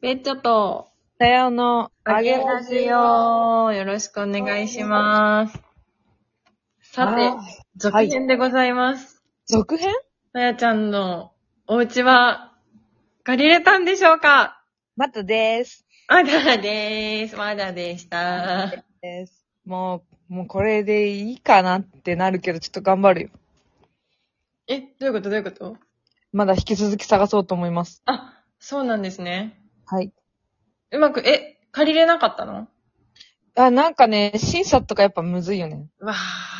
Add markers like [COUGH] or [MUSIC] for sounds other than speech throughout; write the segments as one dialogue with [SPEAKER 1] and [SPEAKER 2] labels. [SPEAKER 1] ペットと、
[SPEAKER 2] さよの、
[SPEAKER 1] あげラジオ。よろしくお願いします。さて
[SPEAKER 2] あー、
[SPEAKER 1] 続編でございます。
[SPEAKER 2] 続編
[SPEAKER 1] さやちゃんのお家は、借りれたんでしょうか
[SPEAKER 2] またです。
[SPEAKER 1] まだです。まだでした。
[SPEAKER 2] です。もう、もうこれでいいかなってなるけど、ちょっと頑張るよ。
[SPEAKER 1] え、どういうことどういうこと
[SPEAKER 2] まだ引き続き探そうと思います。
[SPEAKER 1] あ、そうなんですね。
[SPEAKER 2] はい。
[SPEAKER 1] うまく、え、借りれなかったの
[SPEAKER 2] あ、なんかね、審査とかやっぱむずいよね。
[SPEAKER 1] うわ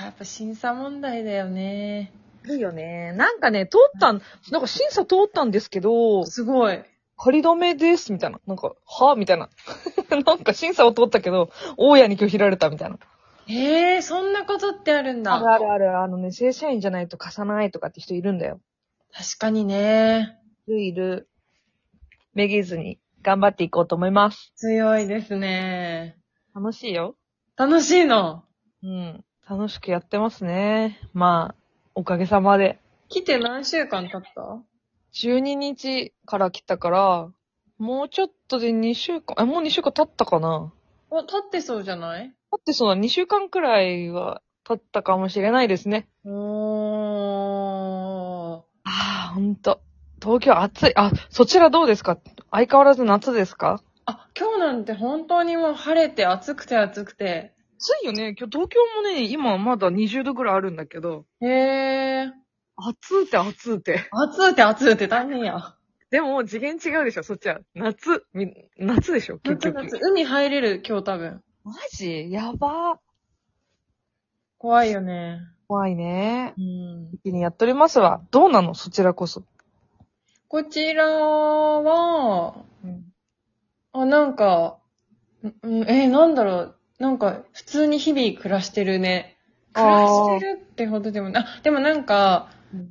[SPEAKER 1] あ、やっぱ審査問題だよね。
[SPEAKER 2] いいよね。なんかね、通ったん、なんか審査通ったんですけど、
[SPEAKER 1] すごい。
[SPEAKER 2] 仮止めです、みたいな。なんか、はぁみたいな。 [LAUGHS] なんか審査を通ったけど、大家に拒否られたみたいな。
[SPEAKER 1] ええそんなことってあるんだ。
[SPEAKER 2] あるあるある、あのね、正社員じゃないと貸さないとかって人いるんだよ。
[SPEAKER 1] 確かにね。
[SPEAKER 2] いるいる。めげずに頑張っていこうと思います。
[SPEAKER 1] 強いですね。
[SPEAKER 2] 楽しいよ。
[SPEAKER 1] 楽しいの。
[SPEAKER 2] うん。楽しくやってますね。まあ、おかげさまで。
[SPEAKER 1] 来て何週間経った
[SPEAKER 2] 12日から来たから、もうちょっとで2週間、え、もう2週間経ったかな
[SPEAKER 1] お、経ってそうじゃない
[SPEAKER 2] 経ってそうだ、2週間くらいは経ったかもしれないですね。
[SPEAKER 1] おー。
[SPEAKER 2] ああ、ほんと。東京暑い。あ、そちらどうですか相変わらず夏ですか
[SPEAKER 1] あ、今日なんて本当にもう晴れて暑くて暑くて。
[SPEAKER 2] 暑いよね。今日東京もね、今まだ20度くらいあるんだけど、
[SPEAKER 1] へえ。ー。
[SPEAKER 2] 暑うて暑うて。
[SPEAKER 1] 暑うて暑うて大変や。
[SPEAKER 2] でも、次元違うでしょ、そっちは。夏、み夏でしょ、結
[SPEAKER 1] 夏
[SPEAKER 2] 局
[SPEAKER 1] 夏。。海入れる今日多分。
[SPEAKER 2] マジやば。
[SPEAKER 1] 怖いよね。
[SPEAKER 2] 怖いね。
[SPEAKER 1] うん。
[SPEAKER 2] 一気にやっとりますわ。どうなのそちらこそ。
[SPEAKER 1] こちらは、
[SPEAKER 2] うん。
[SPEAKER 1] あ、なんか、うん、うんえーなんだろう。なんか、普通に日々暮らしてるね。
[SPEAKER 2] あ
[SPEAKER 1] 暮ら
[SPEAKER 2] ー
[SPEAKER 1] してるってほどでもな、あ、でもなんか、
[SPEAKER 2] うん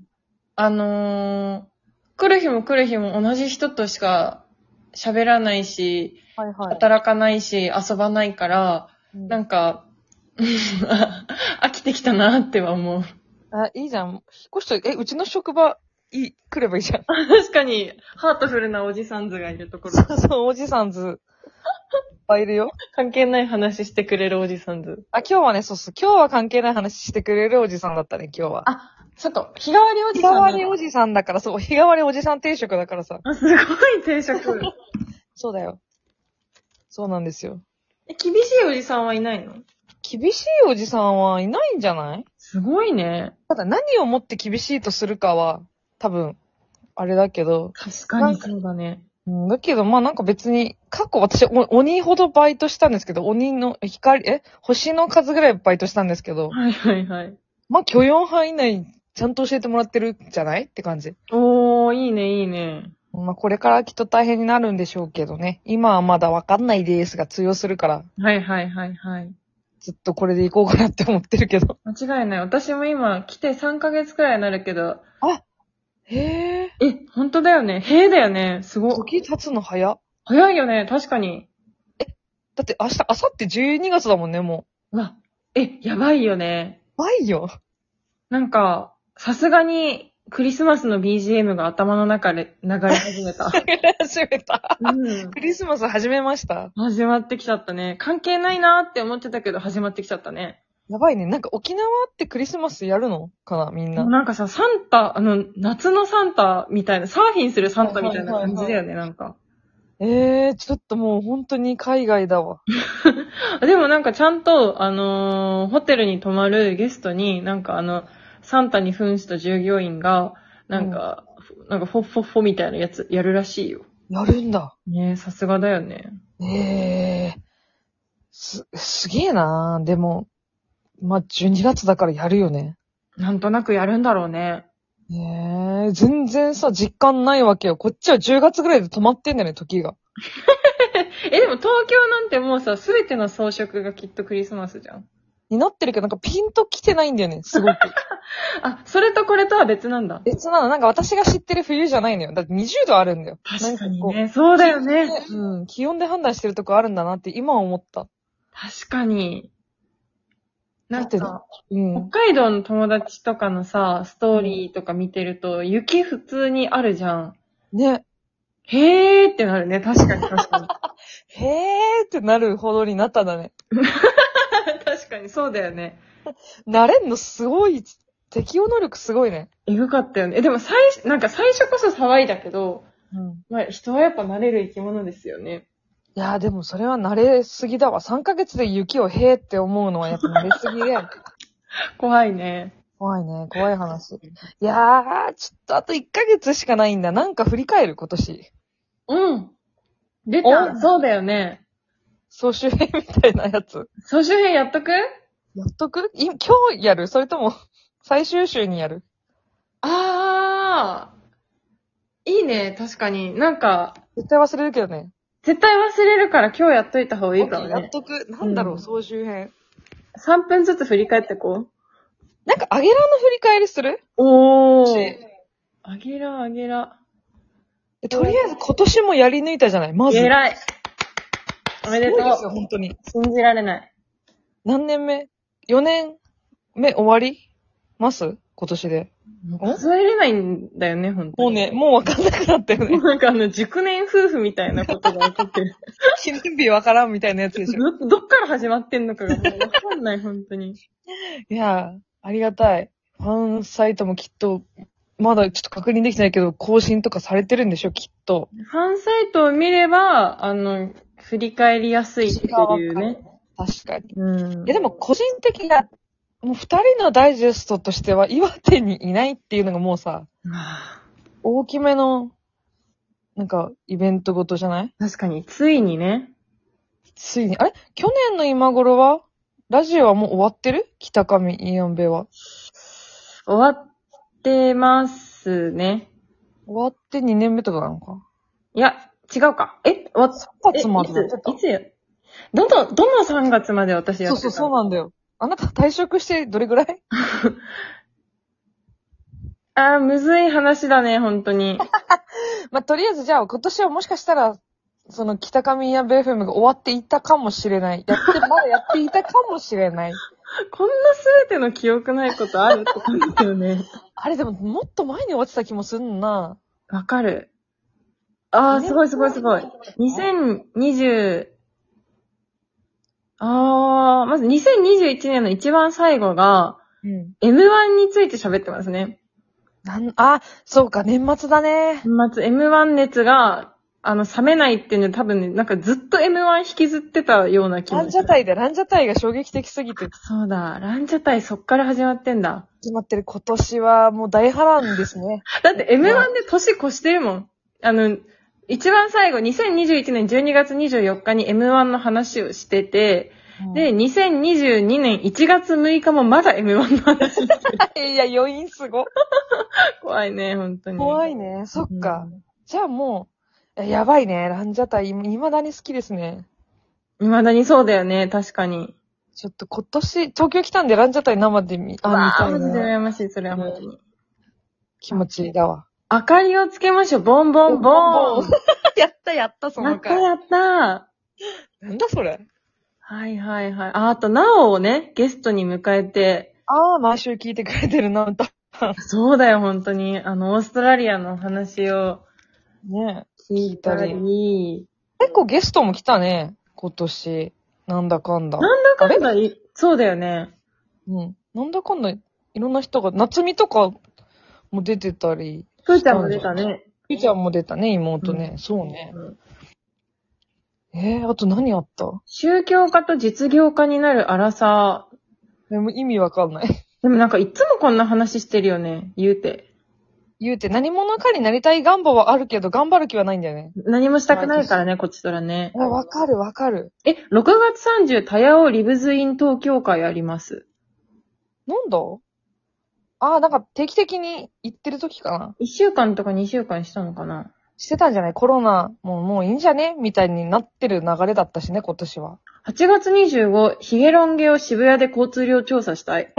[SPEAKER 1] あのー来る日も来る日も同じ人としか喋らないし、
[SPEAKER 2] はいは
[SPEAKER 1] 働かないし、遊ばないから、
[SPEAKER 2] い。な
[SPEAKER 1] なんんか、 [LAUGHS] うん飽きてきたなっては思う。
[SPEAKER 2] あ、いいじゃん。引っ越しと、え、うちの職場、いい、来ればいい [LAUGHS] じゃん。
[SPEAKER 1] 確かに、ハートフルなおじさんズがいるところ。
[SPEAKER 2] そうそう、おじさんず、いっぱいいるよ。
[SPEAKER 1] 関係ない話してくれるおじさんズ。
[SPEAKER 2] あ、今日はね、そうそう、今日は関係ない話してくれるおじさんだったね、今日は。
[SPEAKER 1] あちょっと、日替わりおじ
[SPEAKER 2] 日替
[SPEAKER 1] さんなの。
[SPEAKER 2] わりおじさんだから、そう、日替わりおじさん定食だからさ。
[SPEAKER 1] あ、すごい定食。
[SPEAKER 2] そうだよ。そうなんですよ。
[SPEAKER 1] [LAUGHS] え、厳しいおじさんはいないの
[SPEAKER 2] 厳しいおじさんはいないんじゃない
[SPEAKER 1] すごいね。
[SPEAKER 2] ただ何をもって厳しいとするかは、多分、あれだけど、
[SPEAKER 1] 確
[SPEAKER 2] かに
[SPEAKER 1] そうだね。
[SPEAKER 2] うんだけど、まあなんか別に、過去私、お鬼ほどバイトしたんですけど、鬼の、光、え星の数ぐらいバイトしたんですけど、
[SPEAKER 1] はいはいはい。
[SPEAKER 2] まあ許容範囲内、ちゃんと教えてもらってるんじゃないって感じ。
[SPEAKER 1] おー、いいねいいね。
[SPEAKER 2] まあこれからきっと大変になるんでしょうけどね。今はまだわかんないですが通用するから、
[SPEAKER 1] はいはいはいはい。
[SPEAKER 2] ずっとこれでいこうかなって思ってるけど。
[SPEAKER 1] 間違いない。私も今来て3ヶ月くらいになるけど、
[SPEAKER 2] へえ。
[SPEAKER 1] え、本当だよね。へえだよね。すごい。
[SPEAKER 2] 時経つの早っ。
[SPEAKER 1] 早いよね。確かに。
[SPEAKER 2] だって明日、明後日12月だもんね、も
[SPEAKER 1] うわ、え、やばいよね
[SPEAKER 2] う。。やばいよ。
[SPEAKER 1] なんか、さすがにクリスマスの BGM が頭の中で流れ始めた。
[SPEAKER 2] [LAUGHS] 始めた。
[SPEAKER 1] [LAUGHS] うん
[SPEAKER 2] クリスマス始めました。
[SPEAKER 1] 始まってきちゃったね。関係ないなーって思ってたけど始まってきちゃったね。
[SPEAKER 2] やばいね。なんか沖縄ってクリスマスやるのかなみん
[SPEAKER 1] も
[SPEAKER 2] な
[SPEAKER 1] う。なんかさ、サンタ、あの、夏のサンタみたいな、サーフィンするサンタみたいな感じだよね、なんか。
[SPEAKER 2] ええー、ちょっともう本当に海外だわ。
[SPEAKER 1] あでもなんかちゃんと、あのーホテルに泊まるゲストに、なんかあの、サンタに扮した従業員が、なんか、なんかフォッフォッフォみたいなやつやるらしいよ。
[SPEAKER 2] やるんだ。
[SPEAKER 1] ねえさすがだよね。
[SPEAKER 2] ええー。す、すげえなでも、まあ、12月だからやるよね。
[SPEAKER 1] なんとなくやるんだろうね。
[SPEAKER 2] ええー、全然さ、実感ないわけよ。こっちは10月ぐらいで止まってんだよね、時が。
[SPEAKER 1] え、でも東京なんてもうさ、すべての装飾がきっとクリスマスじゃん。
[SPEAKER 2] になってるけど、なんかピンと来てないんだよね、すごく。 [LAUGHS]
[SPEAKER 1] あ、それとこれとは別なんだ。
[SPEAKER 2] 別なの、なんか私が知ってる冬じゃないのよ。だって20度あるんだよ。
[SPEAKER 1] 確か
[SPEAKER 2] なん
[SPEAKER 1] に
[SPEAKER 2] こう
[SPEAKER 1] ね。そうだよね。
[SPEAKER 2] うん、気温で判断してるとこあるんだなって今思った。
[SPEAKER 1] 確かに。なん
[SPEAKER 2] だっ
[SPEAKER 1] か、
[SPEAKER 2] うん。
[SPEAKER 1] 北海道の友達とかのさ、ストーリーとか見てると、雪普通にあるじゃん。
[SPEAKER 2] ね。
[SPEAKER 1] へーってなるね。確かに確かに。
[SPEAKER 2] へーってなるほどになったんだね。
[SPEAKER 1] [LAUGHS] 確かにそうだよね。
[SPEAKER 2] 慣れんのすごい、適応能力すごいね。
[SPEAKER 1] えぐかったよね。え、でも最初、なんか最初こそ騒いだけど、
[SPEAKER 2] うん。
[SPEAKER 1] まあ人はやっぱ慣れる生き物ですよね。
[SPEAKER 2] いやーでもそれは慣れすぎだわ。3ヶ月で雪をへーって思うのはやっぱ慣れすぎで。
[SPEAKER 1] 怖いね。
[SPEAKER 2] [LAUGHS] 怖いね。怖い話。いやー、ちょっとあと1ヶ月しかないんだ。なんか振り返る今年。
[SPEAKER 1] うん。出
[SPEAKER 2] お
[SPEAKER 1] たそうだよね。
[SPEAKER 2] 総集編みたいなやつ。
[SPEAKER 1] 総集編やっとく
[SPEAKER 2] やっとくい今日やるそれとも最終週にやる
[SPEAKER 1] あー。いいね、確かに。なんか、
[SPEAKER 2] 絶対忘れるけどね。
[SPEAKER 1] 絶対忘れるから今日やっといた方がいいかも
[SPEAKER 2] やっ
[SPEAKER 1] ね。
[SPEAKER 2] とく。なんだろう、
[SPEAKER 1] うん
[SPEAKER 2] 総集編。
[SPEAKER 1] 3分ずつ振り返ってこう。
[SPEAKER 2] なんか、アゲラの振り返りする
[SPEAKER 1] お
[SPEAKER 2] し
[SPEAKER 1] ー。あげらあげら。
[SPEAKER 2] えとりあえず今年もやり抜いたじゃないまず。
[SPEAKER 1] 偉い。おめでと
[SPEAKER 2] すごいですよ、
[SPEAKER 1] う。
[SPEAKER 2] 本当に。
[SPEAKER 1] 信じられない。
[SPEAKER 2] 何年目 ?4 年目終わります今年で。
[SPEAKER 1] もう数えれないんだよね、本当
[SPEAKER 2] もう
[SPEAKER 1] に。
[SPEAKER 2] ね、もうわかんなくなったよ
[SPEAKER 1] も
[SPEAKER 2] ね
[SPEAKER 1] う。なんかあの、熟年夫婦みたいなことが起こってる。
[SPEAKER 2] 記念日わからんみたいなやつでし [LAUGHS] ょ。
[SPEAKER 1] ど、どっから始まってんのかがもうわかんない、本当に。
[SPEAKER 2] いやー、ありがたい。ファンサイトもきっと、まだちょっと確認できてないけど、更新とかされてるんでしょ、きっと。
[SPEAKER 1] [LAUGHS] ファンサイトを見れば、あの、振り返りやすいっていうね。
[SPEAKER 2] 確かに。
[SPEAKER 1] うん
[SPEAKER 2] いや、。でも個人的な、もう二人のダイジェストとしては、岩手にいないっていうのがもうさ、
[SPEAKER 1] はあ
[SPEAKER 2] 大きめの、なんか、イベントごとじゃない
[SPEAKER 1] 確かに、ついにね。
[SPEAKER 2] ついに、あれ去年の今頃は、ラジオはもう終わってる北上イオンベは。
[SPEAKER 1] 終わってますね。
[SPEAKER 2] 終わって2年目とかなのか。
[SPEAKER 1] いや、違うか。え、終わっ
[SPEAKER 2] 3月までやってた
[SPEAKER 1] えいついつやどの、どの3月まで私や
[SPEAKER 2] そ
[SPEAKER 1] っ
[SPEAKER 2] う
[SPEAKER 1] て
[SPEAKER 2] そ
[SPEAKER 1] た
[SPEAKER 2] う、そうなんだよ。あなた退職してどれぐらい [LAUGHS]
[SPEAKER 1] あー、むずい話だね、本当
[SPEAKER 2] [LAUGHS]
[SPEAKER 1] に。
[SPEAKER 2] まあ、とりあえずじゃあ今年はもしかしたら、その北上イオンベ FM が終わっていたかもしれない。やって、まだやっていたかもしれない。
[SPEAKER 1] こんなすべての記憶ないことあるって感じだよね。
[SPEAKER 2] あれでももっと前に終わってた気もすんな。
[SPEAKER 1] わかる。あー、すごいすごいすごい。2020、あー、まず2021年の一番最後が、
[SPEAKER 2] うん。
[SPEAKER 1] M1 について喋ってますね。
[SPEAKER 2] なん、あ、そうか、年末だね。
[SPEAKER 1] 年末 M1 熱が、あの、冷めないっていうのは多分ね、なんかずっと M1 引きずってたような気
[SPEAKER 2] ラン
[SPEAKER 1] も
[SPEAKER 2] ジャタイで、ランジャタイが衝撃的すぎて
[SPEAKER 1] そうだ、ランジャタイそっから始まってんだ。
[SPEAKER 2] 決まってる今年はもう大波乱ですね。
[SPEAKER 1] だって M1 で年越してるもん。あの、一番最後、2021年12月24日に M1 の話をしてて、で、2022年1月6日もまだ M1 の話。
[SPEAKER 2] うん、いや、余韻すご。
[SPEAKER 1] 怖いね、本当に。
[SPEAKER 2] 怖
[SPEAKER 1] い。
[SPEAKER 2] いね。そっか。じゃあもう、えやばいね。ランジャタイ、い未だに好きですね。
[SPEAKER 1] 未だにそうだよね、確かに。
[SPEAKER 2] ちょっと今年、東京来たんでランジャタイ生で見、あ、
[SPEAKER 1] あ、マ
[SPEAKER 2] 見
[SPEAKER 1] ジ
[SPEAKER 2] たい
[SPEAKER 1] で
[SPEAKER 2] ね。
[SPEAKER 1] 羨ましい、それは本当に。
[SPEAKER 2] 気持ちいいだわ。
[SPEAKER 1] 明かりをつけましょう、ボンボンボン。
[SPEAKER 2] [LAUGHS] やったやった、そ
[SPEAKER 1] やったやった。
[SPEAKER 2] なんだそれ。
[SPEAKER 1] はいはいはい。あ、あと、なおをね、ゲストに迎えて、
[SPEAKER 2] ああ、毎週聞いてくれてるな、歌。
[SPEAKER 1] そうだよ、本当に。あの、オーストラリアのお話を
[SPEAKER 2] ね
[SPEAKER 1] 聞いた
[SPEAKER 2] 聞いた
[SPEAKER 1] り、
[SPEAKER 2] 結構ゲストも来たね。今年。なんだかんだ。
[SPEAKER 1] なんだかんだい、そうだよね。
[SPEAKER 2] うん。なんだかんだ、いろんな人が、夏美とかも出てたり、
[SPEAKER 1] ふーちゃんも出たね。
[SPEAKER 2] ゆうちゃんも出たね、妹ね。そうね。
[SPEAKER 1] うん
[SPEAKER 2] えー、あと何あった
[SPEAKER 1] 宗教家と実業家になる荒さ。
[SPEAKER 2] でも意味わかんない。
[SPEAKER 1] でもなんかいつもこんな話してるよね、言うて。
[SPEAKER 2] 言うて何者かになりたい願望はあるけど、頑張る気はないんだよね。
[SPEAKER 1] 何もしたくないからね、こっちとらね。
[SPEAKER 2] あわかるわかる。
[SPEAKER 1] え、6月30、タヤオリブズイン東京会あります。
[SPEAKER 2] なんだああ、なんか定期的に行ってる時かな。
[SPEAKER 1] 1週間とか2週間したのかな
[SPEAKER 2] してたんじゃないコロナももういいんじゃねみたいになってる流れだったしね、今年は。
[SPEAKER 1] ?8 月25、ヒゲロン毛を渋谷で交通量調査したい。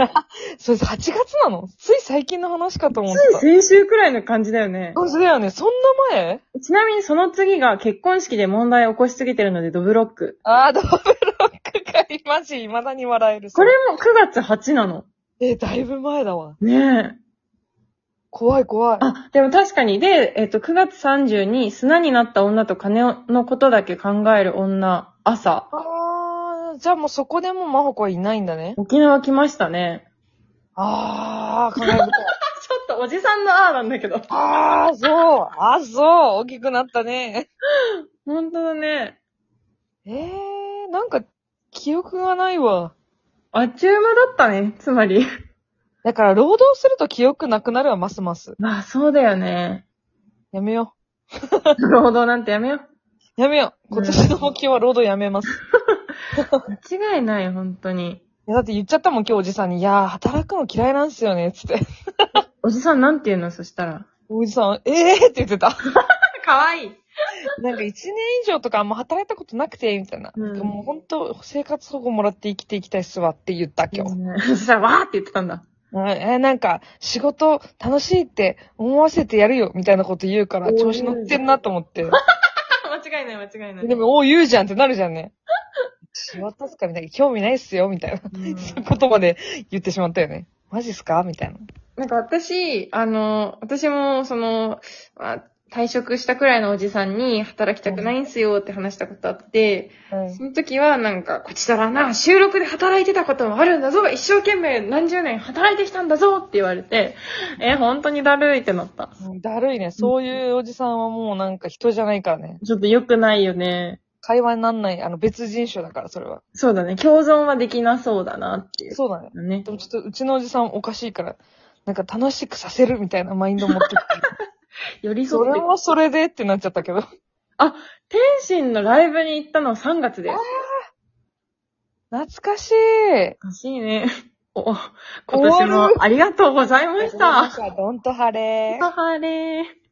[SPEAKER 2] それ8月なのつい最近の話かと思っ
[SPEAKER 1] つい
[SPEAKER 2] た。
[SPEAKER 1] 先週くらいの感じだよね。
[SPEAKER 2] そうだよね。そんな前
[SPEAKER 1] ちなみにその次が結婚式で問題を起こしすぎてるのでドブロック。
[SPEAKER 2] ああ、ドブロックか。マジ、未だに笑える。
[SPEAKER 1] これも9月8なの。
[SPEAKER 2] えー、だいぶ前だわ。
[SPEAKER 1] ねえ。
[SPEAKER 2] 怖い怖い。
[SPEAKER 1] あ、でも確かに。で、えっと、9月30に砂になった女と金のことだけ考える女、朝。
[SPEAKER 2] あー、じゃあもうそこでもう真帆子はいないんだね。
[SPEAKER 1] 沖縄来ましたね。
[SPEAKER 2] あー、考え深い。
[SPEAKER 1] ちょっとおじさんのあーなんだけど。
[SPEAKER 2] あー、そう。あー、そう。大きくなったね。
[SPEAKER 1] 本当だね。
[SPEAKER 2] えー、なんか、記憶がないわ。
[SPEAKER 1] あっちゅう間だったね、つまり。
[SPEAKER 2] だから、労働すると記憶なくなるわ、ますます。
[SPEAKER 1] [LAUGHS] まあ、そうだよね。
[SPEAKER 2] やめよ
[SPEAKER 1] 労働なんてやめよう。
[SPEAKER 2] う。やめよう。今年の目標は労働やめます。
[SPEAKER 1] 間違いない、本当に。
[SPEAKER 2] いや、だって言っちゃったもん、今日おじさんに。いやー、働くの嫌いなんすよね、つって。
[SPEAKER 1] おじさんなんて言うのそしたら。
[SPEAKER 2] おじさん、えーって言ってた。
[SPEAKER 1] かわいい。
[SPEAKER 2] なんか一年以上とかあんま働いたことなくて、みたいな。
[SPEAKER 1] うん
[SPEAKER 2] なんかもう本当生活保護もらって生きていきたいっすわって言った、今日。
[SPEAKER 1] そしたら、わーって言ってたんだ。
[SPEAKER 2] うんえーなんか、仕事楽しいって思わせてやるよ、みたいなこと言うから、
[SPEAKER 1] おー
[SPEAKER 2] 調子乗ってんなと思っ
[SPEAKER 1] [LAUGHS]
[SPEAKER 2] て。
[SPEAKER 1] 間違いない、間違いな
[SPEAKER 2] でも、おう言うじゃんってなるじゃんね。仕事っすかみたいな。興味ないっすよ、みたいな。
[SPEAKER 1] うん
[SPEAKER 2] そういう言葉で言ってしまったよね。マジっすかみたいな。
[SPEAKER 1] なんか私、あの、私も、その、まあ退職したくらいのおじさんに働きたくないんすよって話したことあって、
[SPEAKER 2] うん
[SPEAKER 1] その時はなんか、こちとらな、収録で働いてたこともあるんだぞ一生懸命何十年働いてきたんだぞって言われて、え、本当にだるいってなった。
[SPEAKER 2] うん。だるいね。そういうおじさんはもうなんか人じゃないからね。
[SPEAKER 1] ちょっと良くないよね。
[SPEAKER 2] 会話になんない、あの別人種だから、それは。
[SPEAKER 1] そうだね。共存はできなそうだなっていう。
[SPEAKER 2] そうだね。
[SPEAKER 1] ね
[SPEAKER 2] で。もちょっとうちのおじさんおかしいから、なんか楽しくさせるみたいなマインド持ってきて。
[SPEAKER 1] 寄 [LAUGHS] り
[SPEAKER 2] そ
[SPEAKER 1] 添っ
[SPEAKER 2] れ
[SPEAKER 1] て。
[SPEAKER 2] はそれでってなっちゃったけど。 [LAUGHS]
[SPEAKER 1] 天心のライブに行ったのは3月です。
[SPEAKER 2] 懐かしい。
[SPEAKER 1] おかしいね。お、今年もありがとうございまし
[SPEAKER 2] 終わりま
[SPEAKER 1] た。
[SPEAKER 2] した。どんと晴れ。
[SPEAKER 1] はれー。